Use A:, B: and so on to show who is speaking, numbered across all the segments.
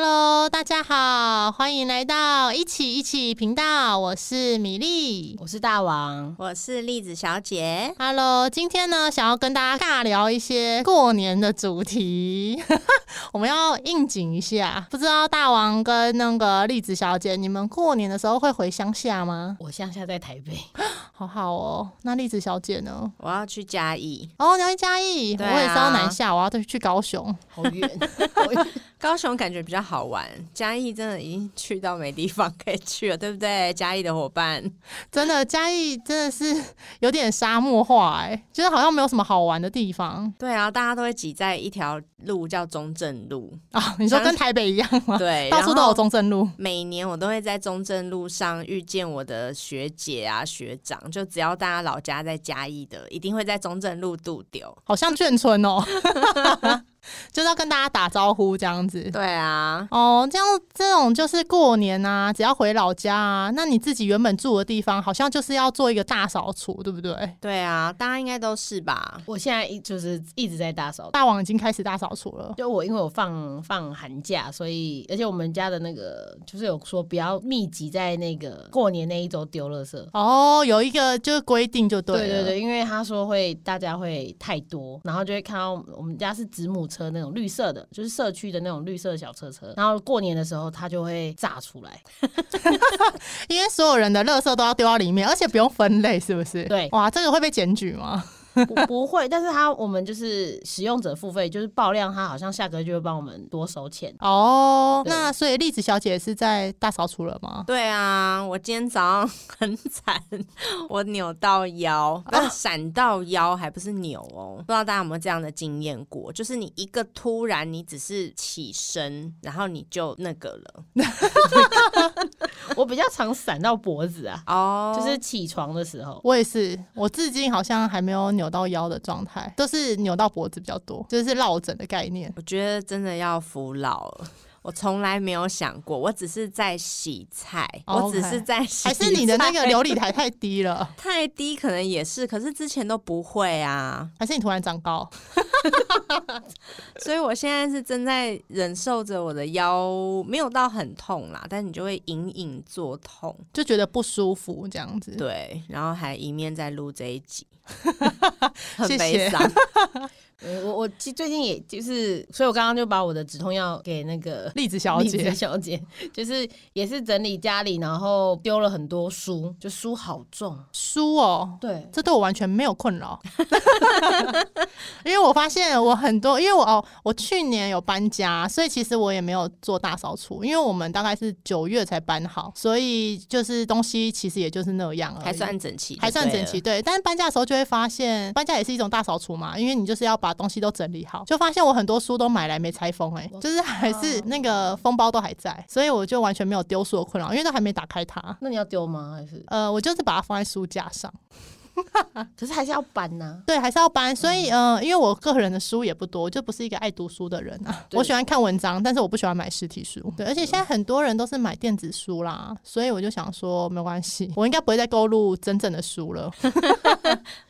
A: Hello，大家好，欢迎来到一起一起频道，我是米粒。
B: 我是大王，
C: 我是栗子小姐，
A: Hello，今天呢，想要跟大家尬聊一些过年的主题， 我们要应景一下。不知道大王跟那个栗子小姐，你们过年的时候会回乡下吗？
B: 我乡下在台北，
A: 好好哦，那栗子小姐呢？
C: 我要去嘉义。
A: 哦，你要去嘉义，
C: 对啊
A: 我也是要南下，我要去高雄。
B: 好远，好远
C: 高雄感觉比较好玩，嘉义真的已经去到没地方可以去了，对不对？嘉义的伙伴，
A: 真的，嘉义真的是有点沙漠化、欸，哎，就是好像没有什么好玩的地方
C: 对啊，大家都会挤在一条路叫中正路，
A: 啊。你说跟台北一样吗？
C: 对，
A: 到处都
C: 然
A: 有
C: 后
A: 中正路。
C: 每年我都会在中正路上遇见我的学姐啊、学长，就只要大家老家在嘉义的，一定会在中正路度丢。
A: 好像眷村哦， 就是要跟大家打招呼这样子。
C: 对啊，
A: 哦，这样这种就是过年啊，只要回老家啊，那你自己原本住的地方，好像就是要做一个大扫除，对不对？
C: 对啊，大家应该都是吧？
B: 我现在一就是一直在大扫。
A: 大王已经开始大扫除了，
B: 就我因为我放放寒假，所以而且我们家的那个就是有说不要密集在那个过年那一周丢垃圾。
A: 哦，有一个就是规定就对了，啊
B: 对对对，因为他说会大家会太多，然后就会看到我们家是子母车那种绿色的，就是社区的那种绿色的小车车，然后过年的时候它就会炸出来。
A: 因为所有人的垃圾都要丢到里面，而且不用分类，是不是？
B: 对
A: 哇，这个会被检举吗？
B: 不不会，但是他我们就是使用者付费，就是爆量，他好像下个月就会帮我们多收钱。
A: 哦，
B: 对
A: 那所以栗子小姐是在大扫除了吗？
C: 对啊，我今天早上很惨，我扭到腰，不是闪到腰，还不是扭哦。不知道大家有没有这样的经验过？就是你一个突然，你只是起身，然后你就那个了
B: 我比较常闪到脖子啊，
C: 哦
B: 就是起床的时候。
A: 我也是，我至今好像还没有扭到腰的状态，都是扭到脖子比较多，就是落枕的概念。
C: 我觉得真的要服老了。我从来没有想过，我只是在洗菜我只是在洗菜
A: 哦还是你的那个琉璃台太低了，
C: 太低，可能也是，可是之前都不会啊，
A: 还是你突然长高？
C: 所以我现在是正在忍受着我的腰没有到很痛啦，但你就会隐隐作痛，
A: 就觉得不舒服这样子。
C: 对，然后还一面在录这一 集，很
A: 谢谢
C: 悲伤，
B: 呃我我其最近也就是，所以我刚刚就把我的止痛药给那个
A: 栗子小
B: 栗子
A: 姐，
B: 小姐，就是也是整理家里，然后丢了很多书，就书好重。
A: 书哦，
B: 对，
A: 这对我完全没有困扰， 因为我发现我很多，因为我哦，我去年有搬家，所以其实我也没有做大扫除，因为我们大概是九月才搬好，所以就是东西其实也就是那样而已
C: 还算整齐，
A: 还算整齐，。对。但是搬家的时候就会发现，搬家也是一种大扫除嘛，因为你就是要把东西都整理好。就发现我很多书都买来没拆封、欸，哎，就是还是那个封包都还在，所以我就完全没有丢书的困扰，因为都还没打开它。
B: 那你要丢吗？还是
A: 呃，我就是把它放在书架上，
B: 可是还是要搬呐、
A: 对，还是要搬。所以，嗯、呃，因为我个人的书也不多，我就不是一个爱读书的人啊。
B: 对
A: 我喜欢看文章，但是我不喜欢买实体书。对，而且现在很多人都是买电子书啦，所以我就想说，没关系，我应该不会再购入真正的书了。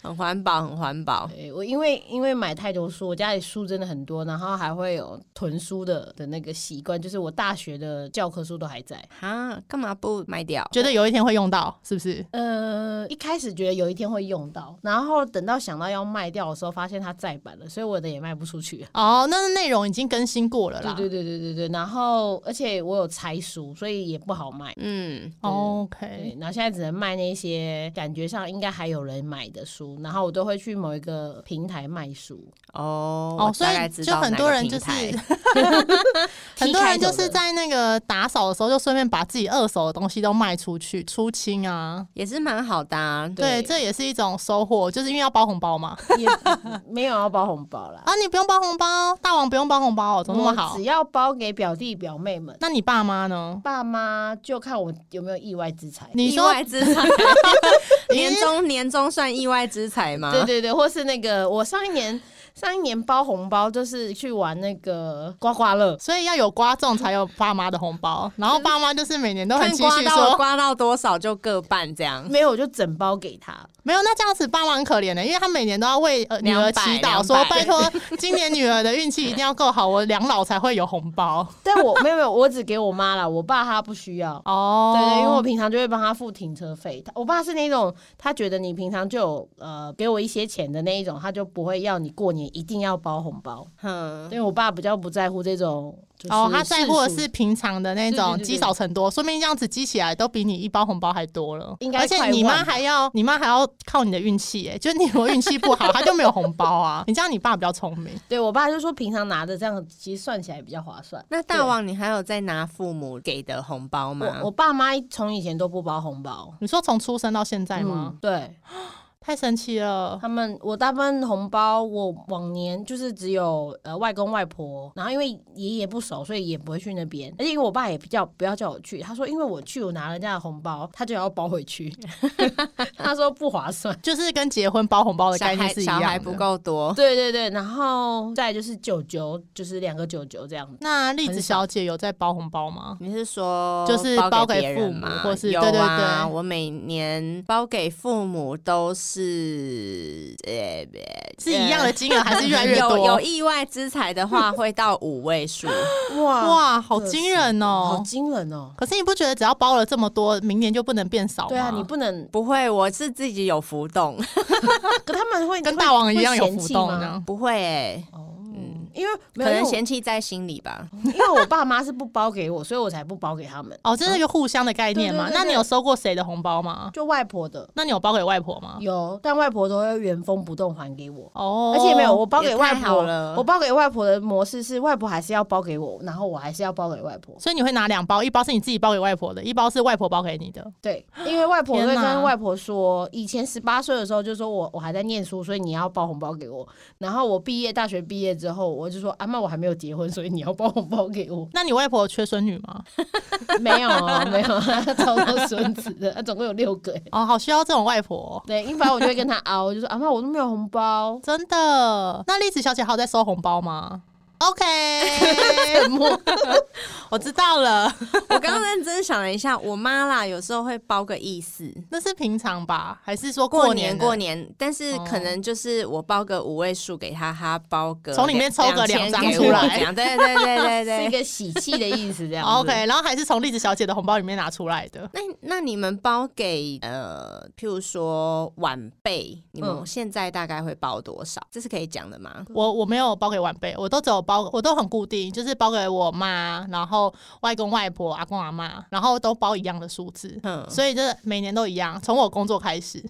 C: 很环保，很环保。
B: 对我因为因为买太多书，我家里书真的很多，然后还会有囤书的的那个习惯，就是我大学的教科书都还在。
C: 哈，干嘛不卖掉？
A: 觉得有一天会用到，是不是？
B: 呃，一开始觉得有一天会用到，然后等到想到要卖掉的时候，发现它再版了，所以我的也卖不出去。
A: 哦，那内容已经更新过了
B: 对
A: 啦。
B: 对对对对对，然后而且我有拆书，所以也不好卖。
C: 嗯，
A: 哦
B: 对
A: OK，，
B: 然后现在只能卖那些感觉上应该还有人买的书，然后我都会去某一个平台卖书，
C: 哦，
A: 哦
C: 我
A: 所以
C: 大概知
A: 就
C: 道
A: 很
C: 哪
A: 多
C: 个
A: 人
C: 平
A: 就是
C: 台
A: 很多人
B: T 开
A: 就
B: 头的
A: 是在那个打扫的时候，就顺便把自己二手的东西都卖出去，出清啊。
C: 也是蛮好的、啊。
A: 对，
B: 对
A: 这也是一种收获，就是因为要包红包嘛。
B: 也 没有要包红包啦，
A: 啊，你不用包红包，大王不用包红包、哦，怎么那么
B: 我
A: 好
B: 只？要包给表弟表妹们，
A: 那你爸妈呢？
B: 爸妈就看我有没有意外之财。
A: 你
C: 意
A: 说
C: 外之 财，年终年终算意外之财
A: 啊
C: 吗？
B: 对对对，或是那个我上一年上一年包红包就是去玩那个刮刮乐，
A: 所以要有刮中才有爸妈的红包，然 后爸妈就是每年都很
C: 看
A: 期
C: 刮
A: 许
C: 到
A: 说，
C: 刮到多少就各半这样。
B: 没有我就整包给他，
A: 没有，那这样子爸妈很可怜的、因为他每年都要为呃女儿祈
C: 200
A: 祷，说
C: 200
A: 拜托 今年女儿的运气一定要够好，我养老才会有红包。
B: 但我没有没有，我只给我妈啦，我爸他不需要。
A: 哦
B: 对对，因为我平常就会帮他付停车费。他我爸是那种他觉得你平常就有呃给我一些钱的那一种，他就不会要你过年一定要包红包。
C: 嗯，
B: 对我爸比较不在乎这种，就是
A: 哦，他在乎的
B: 世俗
A: 是平常的那种
B: 对对对对
A: 积少成多，说明这样子积起来都比你一包红包还多了。
B: 应该
A: 而且
B: 快
A: 你妈
B: 万吧
A: 还要，你妈还要靠你的运气，哎，就是你如果运气不好，她就没有红包啊。你这样，你爸比较聪明。
B: 对我爸就说平常拿着这样，其实算起来比较划算。
C: 那大王，你还有在拿父母给的红包吗
B: 我？我爸妈从以前都不包红包，
A: 你说从出生到现在吗？
B: 嗯，对
A: 太神奇了。
B: 他们，我大部分红包我往年就是只有呃外公外婆，然后因为爷爷不熟，所以也不会去那边。而且因为我爸也比较不要叫我去，他说因为我去我拿人家的红包，他就要包回去，他说不划算。
A: 就是跟结婚包红包的
C: 小
A: 概念
C: 孩
A: 是一
C: 小
A: 样
C: 孩
A: 的。
C: 不够多，
B: 对对对，然后再来就是九九，就是两个九九这样子。
A: 那栗子
B: 很少
A: 小姐有在包红包吗？
C: 你是说
A: 就是
C: 包
A: 包给
C: 别
A: 父
C: 人
A: 母
C: 吗
A: 或是
C: 有
A: 对对
C: 啊
A: 对
C: 我每年包给父母都是呃
A: 是一样的金额还是越来 越
C: 有有
A: 多？
C: 意外之财的话会到五 位数，
B: 哇
A: 哇，好惊人
B: 好
A: 哦！
B: 惊人哦！
A: 可是你不觉得只要包了这么多，明年就不能变少吗？
B: 对啊，你不能
C: 不会，我是自己有浮动，
B: 可他们会
A: 跟大王一样有
B: 会嫌
A: 浮
B: 弃
A: 动
B: 吗
A: 这样。
C: 不会哎、
B: 哦，因为没
C: 可
B: 有因为
C: 能
B: 我
C: 嫌弃在心里 吧。
B: 因为我爸妈是不包给我，所以我才不包给他们，
A: 哦，这是一个互相的概念嘛？
B: 啊对对对对
A: 那你有收过谁的红包吗？
B: 就外婆的
A: 那你有包给外婆
C: 啊
A: 吗？
B: 有，但外婆都会原封不动还给我。
A: 哦，
B: 而且没有，我包
C: 也
B: 给外
C: 太好
B: 婆
C: 了
B: 我包给外婆的模式是，外婆还是要包给我，然后我还是要包给外婆。
A: 所以你会拿两包，一包是你自己包给外婆的，一包是外婆包给你的。
B: 对，因为外婆
A: 天
B: 会
A: 哪
B: 跟外婆说，以前十八岁的时候就说我我还在念书，所以你要包红包给我。然后我毕业大学毕业之后，我就说阿妈我还没有结婚，所以你要包红包给 我。
A: 那你外婆有缺孙女吗？
B: 没有哦，没有，超多孙子的，她总共有六个耶。
A: 哦，好需要这种外婆哦、
B: 对，一般我就会跟他熬，就说阿妈我都没有红包，
A: 真的。那栗子小姐还有在收红包吗？OK，
B: 沉默。
A: 我知道了，
C: 我刚刚认真想了一下，我妈啦有时候会包个意思，
A: 那是平常吧？还是说
C: 过
A: 年
C: 年
A: 的哦
C: 过？年，但是可能就是我包个五位数给他，他包个
A: 从里面抽个
C: 两
A: 两张
C: 千
A: 出来
C: 给我这样对对 对对
B: 是一
C: 对。
B: 个喜气的意思，这样
C: 哦
B: 子。
A: OK，然后还是从栗子小姐的红包里面拿出来的。
C: 那那你们包给呃，譬如说晚辈，你们
B: 嗯
C: 现在大概会包多少？这是可以讲的吗？
A: 我我没有包给晚辈，我都只有包，我都很固定，就是包给我妈，然后外公外婆、阿公阿妈，然后都包一样的数字。
C: 嗯，
A: 所以就是每年都一样，从我工作开始，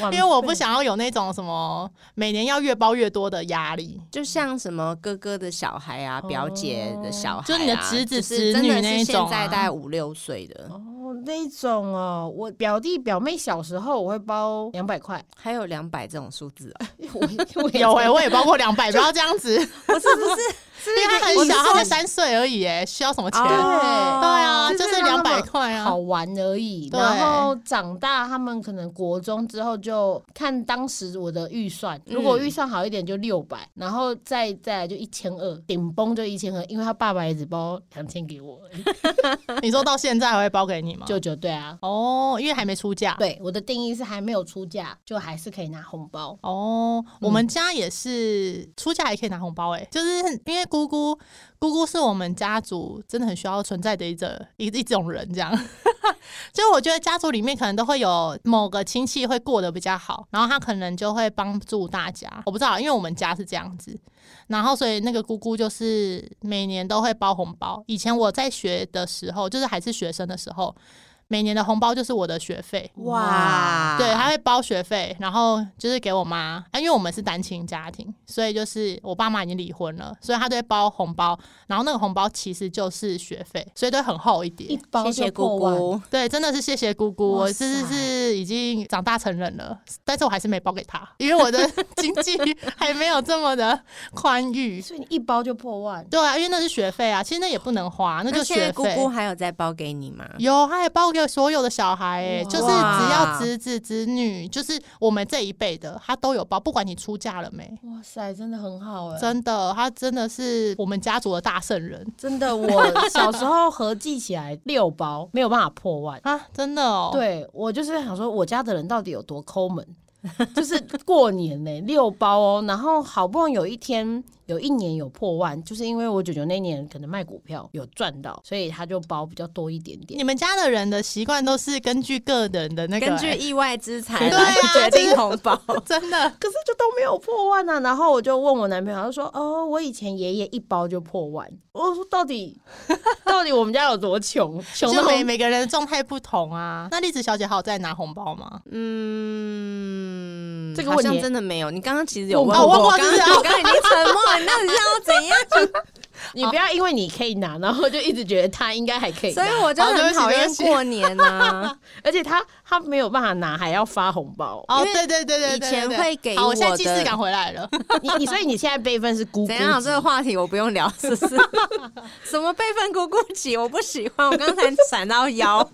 B: 晚辈
A: 因为我不想要有那种什么每年要越包越多的压力。
C: 就像什么哥哥的小孩啊，表姐的小孩、啊，
A: 哦就你的侄子
C: 就是
A: 侄
C: 真
A: 女
C: 的
A: 那
C: 是
A: 一
C: 现
A: 种
C: 在
A: 啊
C: 大概五六岁的，
B: 哦那种哦，我表弟表妹小时候我会包两百块，
C: 还有两百这种数字、 啊，
B: 因为我因为我也
A: 有哎、我也包过两百，不要这样子，因
C: 不是不是，
A: 为他很小，他才三岁而已，哎，需要什么钱？
B: 哦
A: 对啊，
B: 就
A: 就是是
B: 让
A: 两
B: 他
A: 百
B: 们
A: 块啊
B: 好。玩而已。
A: 对
B: 然后长大，他们可能国中之后就看当时我的预算，
C: 嗯
B: 如果预算好一点就六百，然后再再来就一千二，顶崩就一千二，因为他爸爸也只包两千给我，
A: 你说到现在还会包给你吗？
B: 舅舅对啊。
A: 哦，因为还没出嫁。
B: 对，我的定义是还没有出嫁，就还是可以拿红包。
A: 哦，我们家也是出嫁也可以拿红包哎、就是因为姑姑，姑姑是我们家族真的很需要存在的一个一一种人，这样。 就我觉得家族里面可能都会有某个亲戚会过得比较好，然后他可能就会帮助大家。我不知道，因为我们家是这样子，然后所以那个姑姑就是每年都会包红包。以前我在学的时候，就是还是学生的时候，每年的红包就是我的学费。
B: 啊
C: 哇，
A: 对，他会包学费，然后就是给我妈、啊，因为我们是单亲家庭，所以就是我爸妈已经离婚了，所以他都会包红包，然后那个红包其实就是学费，所以都很厚一
B: 一
A: 叠。
B: 包
C: 谢谢
B: 就
C: 姑
B: 过万，
C: 姑，
A: 对，真的是谢谢姑姑，
B: 哇
A: 我是
B: 塞
A: 是已经长大成人了，但是我还是没包给她，因为我的 经济还没有这么的宽裕。
B: 所以你一包就破万。
A: 对啊，因为那是学费啊，其实那也不能花，那就
C: 现在
A: 学
C: 姑
A: 费。
C: 姑还有在包给你吗？
A: 有，他还包给所有的小孩、欸，哎，就是只要侄子侄女，就是我们这一辈的，他都有包，不管你出嫁了没，
B: 哇塞，真的很好哎、
A: 真的，他真的是我们家族的大圣人
B: 真的， 我小时候合计起来六包没有办法破万。
A: 啊，真的哦，，
B: 对我就是想说，我家的人到底有多抠门？就是过年呢、六包哦，然后好不容易有一天，有一年有破万，就是因为我舅舅那年可能卖股票有赚到，所以他就包比较多一点点
A: 你。们家的人的习惯都是根据个人的那个、
C: 根据
A: 欸
C: 意外之财
A: 对啊
C: 来决定红包。
A: 真的，
B: 可是就都没有破万啊，然后我就问我男朋友，他就说：“哦，我以前爷爷一包就破万。”我说：“到 底到底我们家有多穷？穷
A: 就
B: 到
A: 每每个人的状态不同啊。那栗子小姐还有在拿红包吗？
C: 嗯，
B: 这个
C: 好
B: 问
C: 像
B: 题
C: 真的没有。你刚刚其实有
B: 问
C: 问
A: 过
C: 我
A: 哦问过
C: 刚
A: 是不是
C: 刚我刚刚已经沉默，你到底想要怎样？
B: 你不要因为你可以拿，然后就一直觉得他应该还可以拿
C: 所以我就
A: 好对不
C: 很
A: 起
C: 讨
A: 对
C: 厌
A: 不起
C: 过年啊。
B: 而且他他没有办法拿，还要发红包。
A: 哦，
C: 因为
A: 对对对对对对
C: 以前
A: 对
C: 会给
A: 好，我现在
C: 我
A: 既
C: 的
A: 视感回来 了。
B: 你你所以你现在辈分是姑姑
C: 怎样？
B: 级
C: 这个话题我不用聊，是不是？什么辈分姑姑级，我不喜欢。我刚才闪到腰，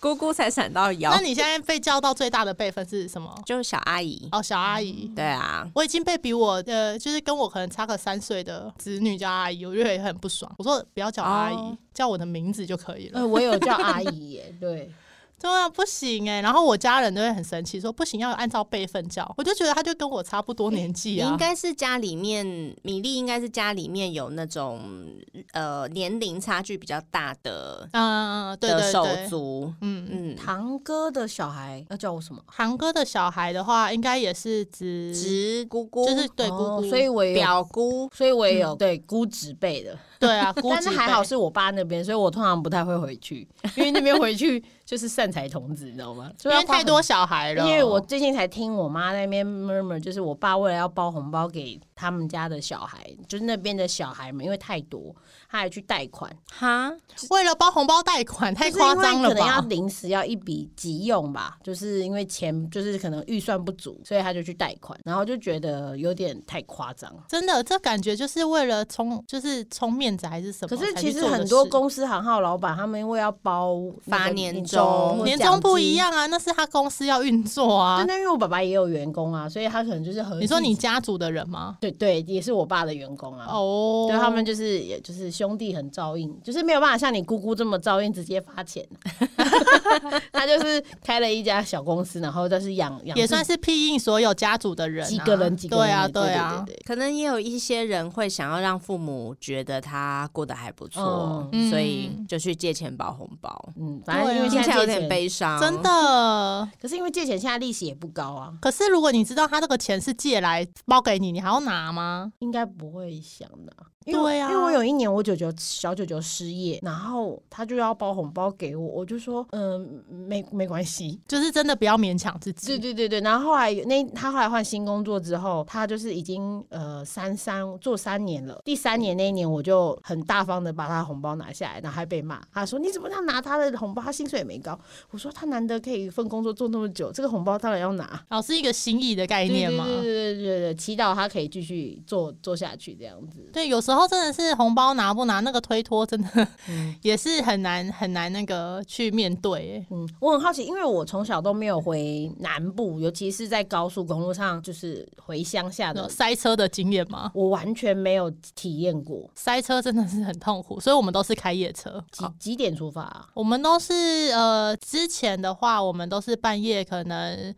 C: 姑姑才闪到腰
A: 那，你现在被叫到最大的辈分是什么？
C: 就是小阿姨。
A: 哦，小阿姨。
C: 对啊，
A: 我已经被比我的就是跟我可能差个三岁的子女叫阿姨，我就会很不爽。我说不要叫阿姨，
C: 哦
A: 叫我的名字就可以了。
B: 呃，我有叫阿姨 耶，对，
A: 对啊，不行哎、然后我家人都会很生气，说不行，要按照辈分叫。我就觉得他就跟我差不多年纪
C: 你
A: 啊。
C: 应该是家里面，米粒应该是家里面有那种呃年龄差距比较大的
A: 嗯，嗯，对
C: 的
A: 对
C: 手
A: 对，
C: 足。
A: 嗯嗯。
C: 嗯，
B: 堂哥的小孩要叫我什么？
A: 韩哥的小孩的话，应该也是指
C: 侄姑姑
A: 就是对姑
B: 哦
A: 姑，
B: 所以我也有，
C: 表姑，
B: 所以我也有对姑侄辈的，
A: 对 啊，姑
B: 但是
A: 侄
B: 还
A: 辈
B: 好是我爸那边，所以我通常不太会回去，因为那边回去就是散财童子，你知道吗？
A: 因
B: 所以要
A: 为太多小孩
B: 花
A: 了，
B: 啊很。因为我最近才听我妈那边 murmur，就是我爸为了要包红包给他们家的小孩，就是那边的小孩们，因为太多，他还去贷款，
C: 哈，
A: 为了包红包贷款太
B: 就是因为
A: 夸张了
B: 可能要
A: 吧？
B: 临时要一笔急用吧，就是因为钱就是可能预算不足，所以他就去贷款，然后就觉得有点太夸张。
A: 真的，这感觉就是为了充，就是充面子还是什
B: 可
A: 么？
B: 是
A: 才
B: 其
A: 去
B: 实
A: 做的
B: 很多
A: 事
B: 公司行号老板，他们因为要包那个
C: 发年
B: 年
C: 终
B: 或
A: 年
B: 奖
A: 终不
B: 金
A: 一。样啊，那是他公司要运作啊
B: 真。的，因为我爸爸也有员工啊，所以他可能就是和
A: 你说你家族的人吗？
B: 对对，也是我爸的员工啊。
A: 哦，
B: 对他们就是也就是兄弟很照应，就是没有办法像你姑姑这么照应直接发钱，啊 他就是开了一家小公司，然后但是养养
A: 也
B: 自己
A: 算是庇应所有家族的人啊，
B: 几个人几个人
A: 对啊，
B: 对
A: 对啊，
B: 对对
C: 可能也有一些人会想要让父母觉得他过得还不错，
A: 嗯
C: 所以就去借钱包红包，
B: 嗯，反正因
A: 对
B: 为
A: 啊
B: 现
C: 听起来
B: 在
C: 有
B: 借
C: 点
B: 钱，
C: 悲伤，
A: 真。的。
B: 可是因为借钱现在利息也不高啊，
A: 可是如果你知道他这个钱是借来包给你，你还要拿吗？
B: 应该不会想的啊。因为
A: 对啊
B: 因为我有一年我舅舅小舅舅失业，然后他就要包红包给我，我就说嗯、没没关系。
A: 就是真的不要勉强自
B: 对
A: 己。
B: 对对对，然后后来有那他后来换新工作之后，他就是已经呃三三做三年了，第三年那一年我就很大方的把他红包拿下来，然后还被骂，他说你怎么这样拿他的红包？他薪水也没高。我说他难得可以一份工作做那么久，这个红包当然要拿。
A: 哦，是一个心意的概
B: 对
A: 念嘛。
B: 对对对对对，祈祷他可以继续做做下去这样子。
A: 对，有时候真的是红包拿不拿那个推脱，真的 也是很难很难那个去面对欸耶。
B: 嗯，我很好奇，因为我从小都没有回南部，尤其是在高速公路上，就是回乡下
A: 有
B: 的，
A: 塞车的经验吗？
B: 我完全没有体验过。
A: 塞车真的是很痛苦，所以我们都是开夜车。
B: 几几点出发、啊？
A: 我们都是呃，之前的话，我们都是半夜可能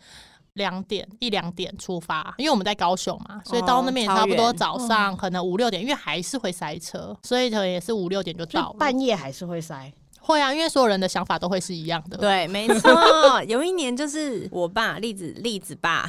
A: 两点一两点出发，因为我们在高雄嘛，所以到那边也
C: 哦
A: 差不
C: 超
A: 多
C: 远
A: 早上、可能五六点，因为还是会塞车，所以可能也是五六点就
B: 所
A: 到
B: 以
A: 了。
B: 半夜还是会塞。
A: 会啊，因为所有人的想法都会是一样的。
C: 对，没错。有一年就是嗯 我爸栗子栗子爸，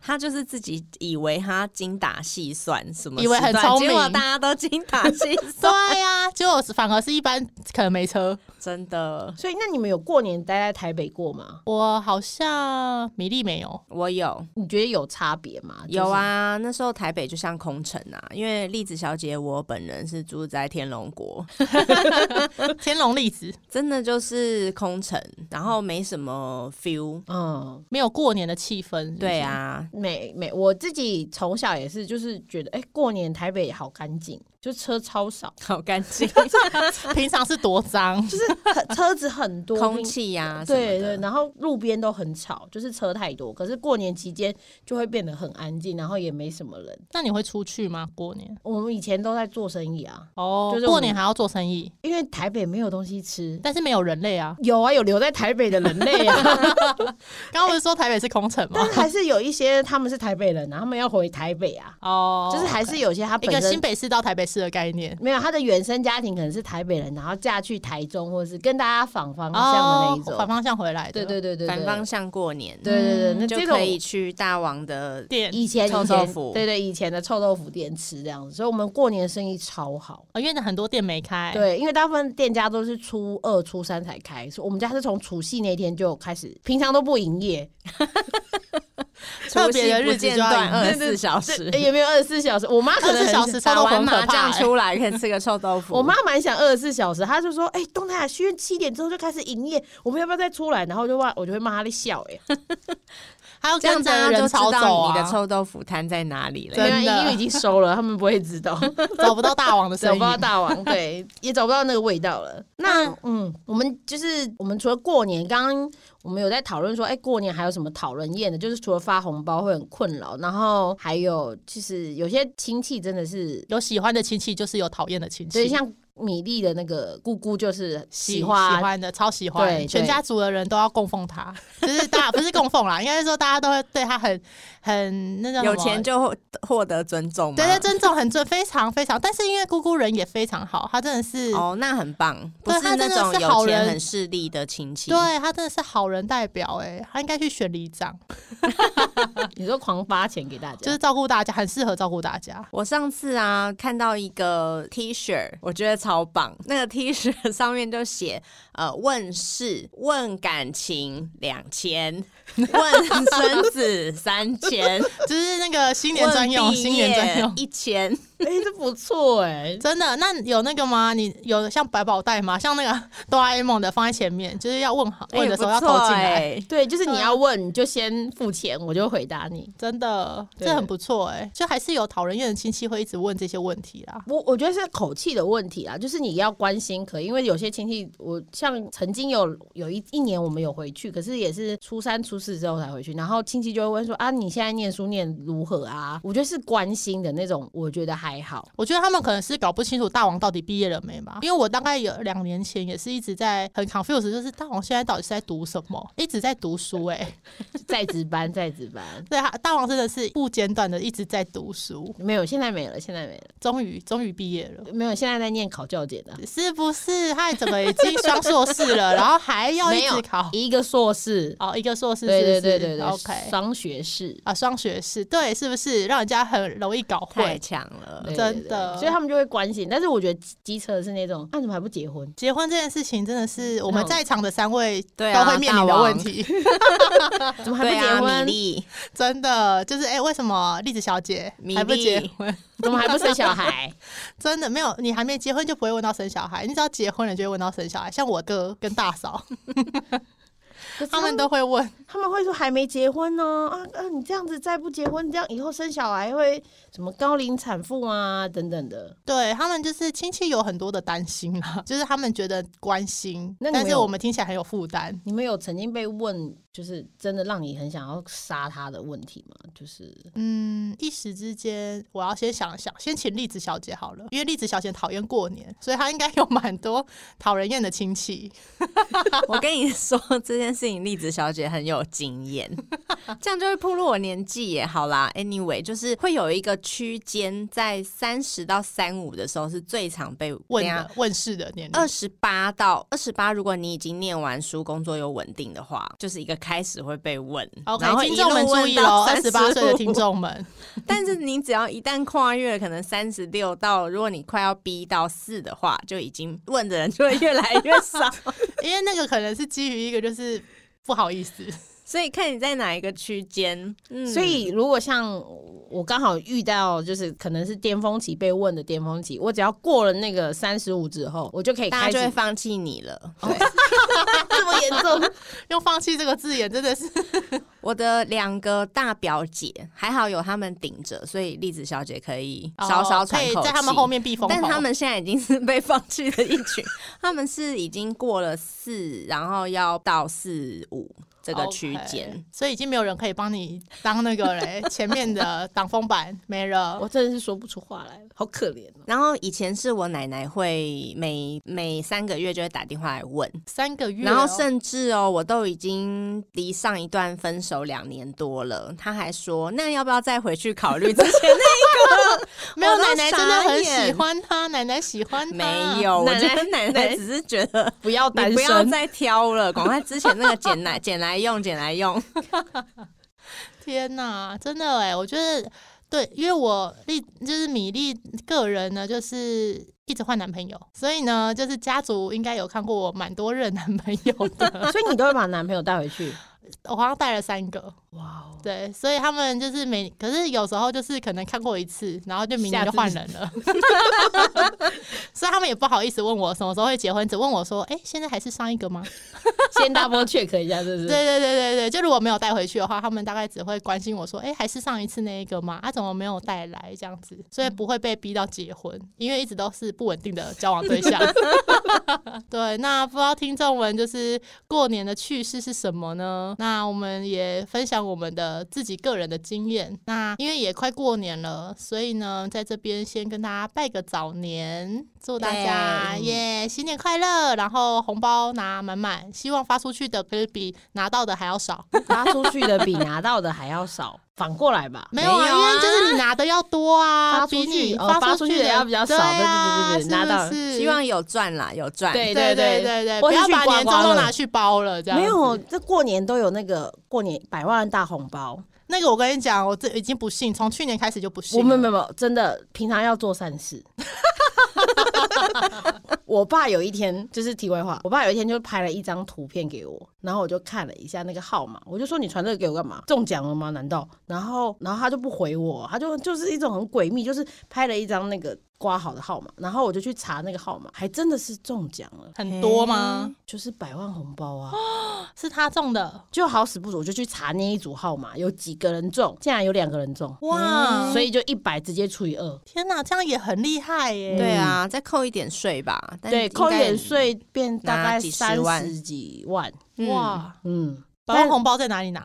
C: 他就是自己以为他精打细算什么
A: 以
C: 时段，
A: 为很聪明
C: 结果大家都精打细 算，
A: 对哎呀、结果是反而是一般可能没车。
C: 真的。
B: 所以那你们有过年待在台北过吗？
A: 我好像米粒没有，
C: 我有
B: 你觉得有差别吗？就是
C: 有，啊，那时候台北就像空城啊，因为栗子小姐我本人是住在天龙国，
A: 天龙粒子
C: 真的就是空城，然后没什么 feel。
B: 嗯，
A: 没有过年的气氛是不是
C: 对，啊，
B: 每每我自己从小也是，就是觉得哎、过年台北好干净，就车超少，
C: 好干净，
A: 平常是多脏，
B: 很车子很多，
C: 空气呀、啊什么
B: 对对
C: 的，
B: 然后路边都很吵，就是车太多。可是过年期间就会变得很安静，然后也没什么人。
A: 那你会出去吗？过年？
B: 我们以前都在做生意啊，
A: 哦
B: 就是我
A: 过
B: 们
A: 年还要做生意，
B: 因为台北没有东西吃。
A: 但是没有人类啊。
B: 有啊，有留在台北的人类啊，
A: 刚刚不是说台北是空城吗
B: 但？是还是有一些他们是台北人啊，他们要回台北啊，
A: 哦，
B: 就是还是有些他
A: 一
B: 本
A: 个
B: 身
A: 新北市到台北市的概念。
B: 没有他的原生家庭可能是台北人，然后嫁去台中或是跟大家啊反方向的那
A: 哦
B: 一，种。
A: 反方向回来的，
B: 对对对对，对
C: 反方向过年，
B: 对对对，那
C: 就
B: 这种
C: 可以去大王的
A: 店，
B: 以前以
C: 臭
B: 前
C: 豆腐
B: 对对，以前的臭豆腐店吃这样子，所以我们过年生意超好。
A: 哦，因为很多店没开，，
B: 对，因为大部分店家都是初二、初三才开，所以我们家是从除夕那天就开始，平常都不营业，
A: 特别的
C: 除夕
A: 日
C: 不
A: 子
C: 间
A: 就要
C: 断
A: 赢
C: 二
A: 对
C: 十四小时，
B: 也哎没有二十四小时。我妈可能很
A: 24小时臭
B: 想
C: 打
A: 豆腐
C: 完
A: 很可怕
C: 麻将
A: 欸
C: 出来可以吃个臭豆腐。
B: 我妈蛮想二十四小时，她就说：“哎、东南亚戏院七点之后就开始营业，我们要不要再出来？”然后就骂，我就会骂她的笑、哎，
A: 还要
C: 这样
A: 跟
C: 子
A: 着
C: 就
A: 人
C: 知
A: 潮走
C: 道
A: 啊
C: 你 的臭豆腐摊在哪里了
A: 真。的
B: 因为因为已经收了，他们不会 知道，
A: 找不到大王的
B: 找
A: 声
B: 不
A: 音，
B: 到大王，对，也找不到那个味道 了。那嗯，我们就是我们除了过年，刚刚我们有在讨论说，哎、过年还有什么讨人厌的？就是除了发红包会很困扰，然后还有就是有些亲戚真的是，
A: 有喜欢的亲戚就是有讨厌的亲
B: 所以
A: 戚，
B: 像米粒的那个姑姑就是
A: 喜
B: 喜欢
A: 喜欢的超喜欢，
B: 对
A: 全
B: 对
A: 家族的人都要供奉他，就是大 家不是供奉啦，应该是说大家都会对他很很那种
C: 有钱。就获获得尊重嘛，
A: 对对，尊重很尊，非常非常。但是因为姑姑人也非常好，她真的是，
C: 哦，那很棒，不
A: 对
C: 是
A: 他
C: 那
A: 真的
C: 种
A: 是
C: 有
A: 好
C: 钱
A: 人
C: 很势利的亲戚。
A: 对她真的是好人代表哎、她应该去选里长，
B: 你说狂发钱给大家，
A: 就是照顾大家，很适合照顾大家。
C: 我上次啊看到一个 T 恤，我觉得超棒。那个 T 恤 上面就写呃问世、问感情两 千，问生子三千，
A: 就是那个新年专
C: 问
A: 用，
C: 毕
A: 新年专
C: 业
A: 用。
C: 一千。
B: 哎、这不错哎、
A: 真的，那有那个吗？你有像百宝袋吗？像那个哆啦 A 梦的放在前面，就是要问好
C: 哎
A: 问的时候要
C: 不
A: 投
C: 错
A: 进来。
C: 哎
B: 对，就是你要问，你就先付钱，我就回答你。
A: 真的，
B: 对
A: 这很不错哎、就还是有讨人厌的亲戚会一直问这些问题啦。
B: 我我觉得是口气的问题啦，就是你要关心可以，因为有些亲戚，我像曾经有有一一年我们有回去，可是也是初三初四之后才回去，然后亲戚就会问说啊，你现在念书念如何啊？我觉得是关心的那种，我觉得还好。
A: 我觉得他们可能是搞不清楚大王到底毕业了没吧，因为我大概有两年前也是一直在很 confused，就是大王现在到底是在读什么，一直在读书哎、
B: 在值班，在值班，
A: 对，他大王真的是不间断的一直在读书，
B: 没有，现在没了，现在没了，
A: 终于终于毕业了。
B: 没有，现在在念考教检的，
A: 是不是？他整个已经双硕士了，然后还要一
B: 没有
A: 直考
B: 一个硕士，
A: 哦，一个硕士是不
B: 对
A: 是，
B: 对对对对
A: ，OK
B: 双学士。
A: 啊，双学士，对，是不是让人家很容易搞
C: 太
A: 混？
C: 强了
B: 对。
A: 哦真
B: 对
A: 的
B: 对所以他们就会关心，但是我觉得机机车是那种，啊，你怎么还不结婚？
A: 结婚这件事情真的是我们
B: 嗯
A: 在场的三位
C: 对
A: 都
C: 啊，
A: 会面临
C: 大
A: 的
C: 王
A: 问，题，
B: 怎么还不
C: 对
B: 结
C: 啊，
B: 婚
C: 米？粒，
A: 真的就是哎、为什么栗子小姐
C: 米
A: 还不
C: 粒
A: 结婚？
B: 怎么还不生小孩？
A: 真的没有，你还没结婚就不会问到生小孩，你只要结婚了就会问到生小孩。像我哥跟大 嫂，
B: 可是
A: 他们都会问，
B: 他们会说还没结婚呢、啊啊！你这样子再不结婚，你这样以后生小孩会什么高龄产妇啊等等的。
A: 对他们就是亲戚有很多的担心啦，就是他们觉得关心，
B: 那你
A: 但
B: 没
A: 是
B: 有
A: 我们听起来很有负担。
B: 你们有曾经被问，就是真的让你很想要杀他的问题吗？就是
A: 嗯，一时之间，我要先想一想，先请栗子小姐好了，因为栗子小姐讨厌过年，所以她应该有蛮多讨人厌的亲戚。
C: 我跟你说这件事情，栗子小姐很有经验， 这样就会暴露我年纪耶。好啦，anyway，就是会有一个区间，在三十到三五的时候是最常被
A: 问
C: 等一下
A: 的嗯问世的年龄，
C: 二十八到二十八，如果你已经念完书，工作有稳定的话，就是一个开始会被问。然后
A: OK，
C: 一
A: 听
C: 路
A: 众们注
C: 问
A: 意
C: 到
A: 喽，二十八岁的
C: 35
A: 听。众们，
C: 但是你只要一旦跨越可能三十六到，如果你快要逼到四的话，就已经问 的人就会越来越少。
A: 因为那个可能是基于一个就是不好意思，
C: 所以看你在哪一个区间。嗯，
B: 所以如果像我刚好遇到，就是可能是巅峰期被问的巅峰期，我只要过了那个三十五之后，我就可以
C: 大
B: 开
C: 家
B: 始
C: 就会放弃 你了。
B: 这么严重。
A: 用“放弃”这个字眼真的是
C: 我的两个大表姐还好有他们顶着，所以栗子小姐可以 稍稍
A: 哦可
C: 喘
A: 以
C: 口气。
A: 在他们后面避风
C: 但
A: 头。
C: 他们现在已经是被放弃的一群， 他们是已经过了四，然后要到四五这个区间
A: OK，。所以已经没有人可以帮你当那个嘞，前面的挡风板没了。
B: 我真的是说不出话来了，好可怜哦。
C: 然后以前是我奶奶会每每三个月就会打电话来问，
A: 三个月哦、
C: 然后甚至哦，我都已经离上一段分手两年多了，她还说那要不要再回去考虑之前
A: 没有
C: 我都
A: 奶奶真的很
C: 傻眼
A: 喜欢他，奶奶喜 欢他。
C: 没有，我
B: 奶奶
C: 觉得奶奶只是觉得
B: 不要
C: 你
B: 单
C: 不要
B: 身，
C: 再挑了，赶快之前 那个捡来捡来用，捡来用。
A: 天呐，真的哎，我觉得对，因为我丽就是米粒个人呢，就是一直换男朋友，所以呢，就是家族应该有看过我蛮多任男朋友的，
B: 所以你都会把男朋友带回去。
A: 我好像带了三个，
B: 哇哦，
A: 对，所以他们就是每，可是有时候就是可能看过一次，然后就明年就换人了， 所以他们也不好意思问我什么时候会结婚，只问我说，哎、现在还是上一个吗？
B: 先 double check 一下，是不
A: 对
B: 是？
A: 对对对对，就如果没有带回去的话，他们大概只会关心我说：“哎、还是上一次那一个吗？啊，怎么没有带来？”这样子，所以不会被逼到结婚，
B: 嗯
A: 因为一直都是不稳定的交往对 象。对，那不知道听众们就是过年的趣事是什么呢？那我们也分享我们的自己个人的经验。那因为也快过年了，所以呢，在这边先跟大家拜个早年，祝大家
C: 耶
A: 耶新年快乐，然后红包拿满满，希望发出去的可以比拿到的还要 少。
B: 发出去的比拿到的还要少，反过来吧。
A: 没有啊，
C: 没有
A: 因
C: 啊
A: 为就是你拿的要多啊，
B: 发出去
A: 比你
B: 哦
A: 发
B: 发
A: 出
B: 出
A: 去
B: 去的要比较少
A: 啊、
B: 对对对对对拿到
A: 是不是
C: 希望有赚啦，有赚。
B: 对
A: 对对
B: 对
A: 对对，
B: 或
A: 不
B: 是
A: 要
B: 去
A: 把
B: 刮
A: 年终
B: 刮
A: 都
B: 乐
A: 拿去包了，这样
B: 没有，
A: 子
B: 这过年都有那个过年百万大红包。
A: 那个我跟你讲，我这已经不信，从去年开始就不信了。
B: 我们没有没有，真的平常要做善事。 我爸有一天就是题外话，我爸有一天就拍了一张图片给我，然后我就看了一下那个号码，我就说你传这个给我干嘛？中奖了吗？难道？然后然后他就不回我，他就就是一种很诡秘，就是拍了一张那个刮好的号码，然后我就去查那个号码，还真的是中奖了，
A: 很多吗？
B: 就是百万红包啊！
A: 是他中的
B: 就好死不死，我就去查那一组号码有几个人中，竟然有两个人中，
A: 哇！
B: 所以就一百直接除以二。
A: 天哪，这样也很厉害耶！
C: 对啊，再扣一点税吧。
B: 嗯
C: 但
B: 对，
C: 应该
B: 扣点，税变大
C: 拿
B: 概
C: 几十
B: 三
C: 万
B: 十几万，
C: 嗯
A: 哇，
B: 嗯，
A: 百万红包在哪里拿？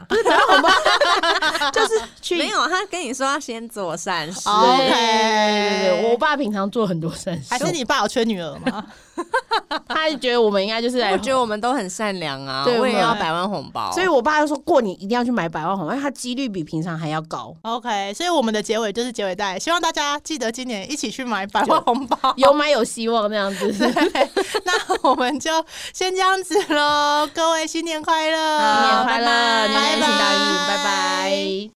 B: 就是去
C: 没有他跟你说要先做善事。
A: 哦
B: 对
A: OK
B: 对对对，我爸平常做很多善事，
A: 还是你爸有缺女儿吗？
B: 他就觉得我们应该就是来
C: 我觉得我们都很善良啊，
B: 对
C: 我也要
A: 我们
C: 百万红包。
B: 所以我爸就说过年一定要去买百万红包，因为他几率比平常还要高。
A: OK，所以我们的结尾就是结尾带，希望大家记得今年一起去买百万红包。
B: 有买有希望那 样子，
A: 那我们就先这样子喽，各位新年快乐，
B: 新年快乐，
A: 拜拜
B: 年年行大运，拜
A: 拜
B: 拜。